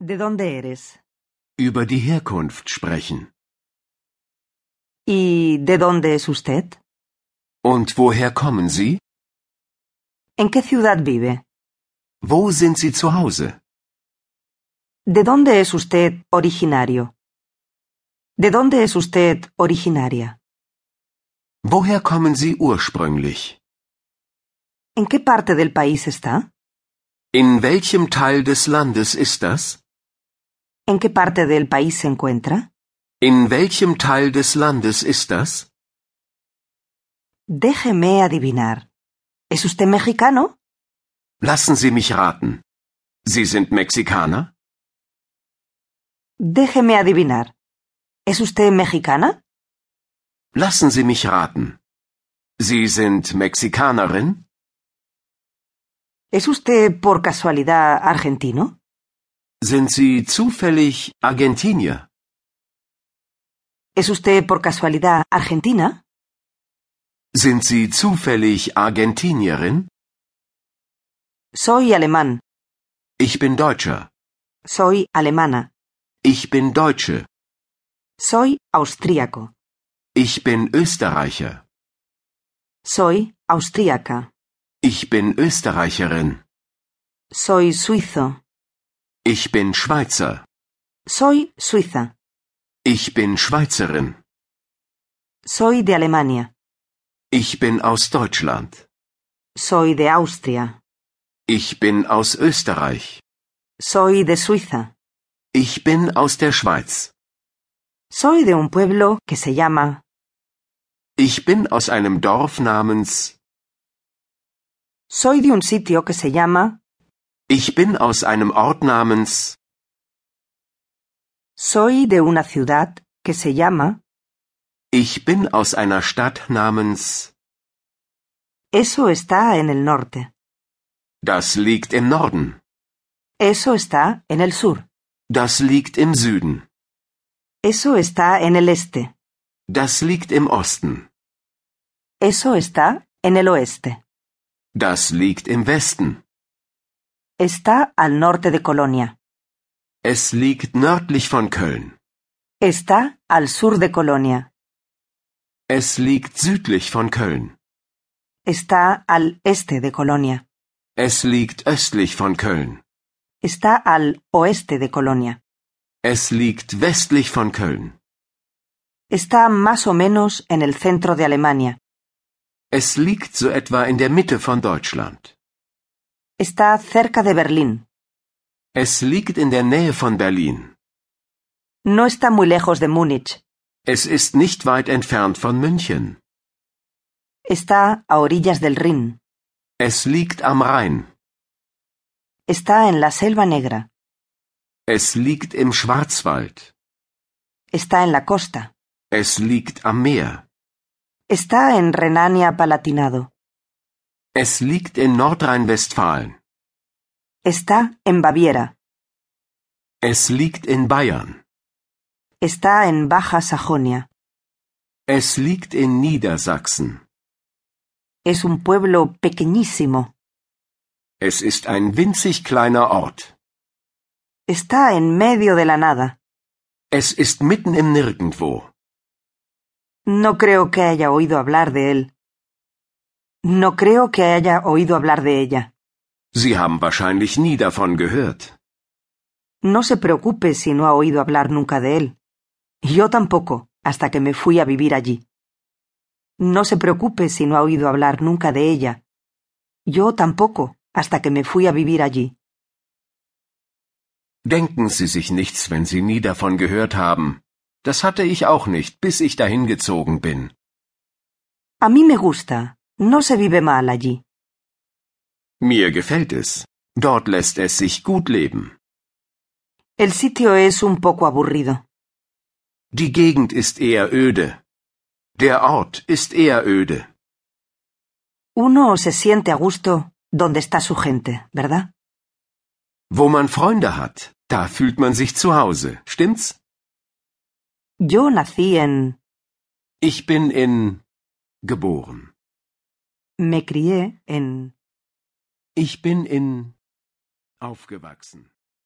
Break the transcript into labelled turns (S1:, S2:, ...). S1: ¿De dónde eres?
S2: Über die Herkunft sprechen.
S1: ¿Y de dónde es usted?
S2: Und woher kommen Sie?
S1: ¿En qué ciudad vive?
S2: Wo sind Sie zu Hause?
S1: ¿De dónde es usted originario? ¿De dónde es usted originaria?
S2: Woher kommen Sie ursprünglich?
S1: ¿En qué parte del país está?
S2: In welchem Teil des Landes ist das?
S1: ¿En qué parte del país se encuentra?
S2: In welchem Teil des Landes ist das?
S1: Déjeme adivinar. ¿Es usted mexicano?
S2: Lassen Sie mich raten. Sie sind Mexikaner?
S1: Déjeme adivinar. ¿Es usted mexicana?
S2: Lassen Sie mich raten. Sie sind Mexikanerin?
S1: ¿Es usted por casualidad argentino?
S2: Sind Sie zufällig Argentinier?
S1: ¿Es usted por casualidad argentina?
S2: Sind Sie zufällig Argentinierin?
S1: Soy alemán.
S2: Ich bin Deutscher.
S1: Soy alemana.
S2: Ich bin Deutsche.
S1: Soy austríaco.
S2: Ich bin Österreicher.
S1: Soy austríaca.
S2: Ich bin Österreicherin.
S1: Soy suizo.
S2: Ich bin Schweizer.
S1: Soy suiza.
S2: Ich bin Schweizerin.
S1: Soy de Alemania.
S2: Ich bin aus Deutschland.
S1: Soy de Austria.
S2: Ich bin aus Österreich.
S1: Soy de Suiza.
S2: Ich bin aus der Schweiz.
S1: Soy de un pueblo que se llama.
S2: Ich bin aus einem Dorf namens.
S1: Soy de un sitio que se llama.
S2: Ich bin aus einem Ort namens.
S1: Soy de una ciudad que se llama.
S2: Ich bin aus einer Stadt namens.
S1: Eso está en el norte.
S2: Das liegt im Norden.
S1: Eso está en el sur.
S2: Das liegt im Süden.
S1: Eso está en el este.
S2: Das liegt im Osten.
S1: Eso está en el oeste.
S2: Das liegt im Westen.
S1: Está al norte de Colonia.
S2: Es liegt nördlich von Köln.
S1: Está al sur de Colonia.
S2: Es liegt südlich von Köln.
S1: Está al este de Colonia.
S2: Es liegt östlich von Köln.
S1: Está al oeste de Colonia.
S2: Es liegt westlich von Köln.
S1: Está más o menos en el centro de Alemania.
S2: Es liegt so etwa in der Mitte von Deutschland.
S1: Está cerca de Berlín.
S2: Es liegt in der Nähe von Berlin.
S1: No está muy lejos de Múnich.
S2: Es ist nicht weit entfernt von München.
S1: Está a orillas del Rin.
S2: Es liegt am Rhein.
S1: Está en la Selva Negra.
S2: Es liegt im Schwarzwald.
S1: Está en la costa.
S2: Es liegt am Meer.
S1: Está en Renania-Palatinado.
S2: Es liegt in Nordrhein-Westfalen.
S1: Está en Baviera.
S2: Es liegt in Bayern.
S1: Está en Baja Sajonia.
S2: Es liegt in Niedersachsen.
S1: Es un pueblo pequeñísimo.
S2: Es ist ein winzig kleiner Ort.
S1: Está en medio de la nada.
S2: Es ist mitten im Nirgendwo.
S1: No creo que haya oído hablar de él. No creo que haya oído hablar de ella.
S2: Sie haben wahrscheinlich nie davon gehört.
S1: No se preocupe si no ha oído hablar nunca de él. Yo tampoco, hasta que me fui a vivir allí. No se preocupe si no ha oído hablar nunca de ella. Yo tampoco, hasta que me fui a vivir allí.
S2: Denken Sie sich nichts, wenn Sie nie davon gehört haben. Das hatte ich auch nicht, bis ich dahin gezogen bin.
S1: A mí me gusta. No se vive mal allí.
S2: Mir gefällt es. Dort lässt es sich gut leben.
S1: El sitio es un poco aburrido.
S2: Die Gegend ist eher öde. Der Ort ist eher öde.
S1: Uno se siente a gusto donde está su gente, ¿verdad?
S2: Wo man Freunde hat, da fühlt man sich zu Hause, stimmt's?
S1: Yo nací en...
S2: Ich bin in geboren.
S1: me crié en...
S2: Ich bin in aufgewachsen.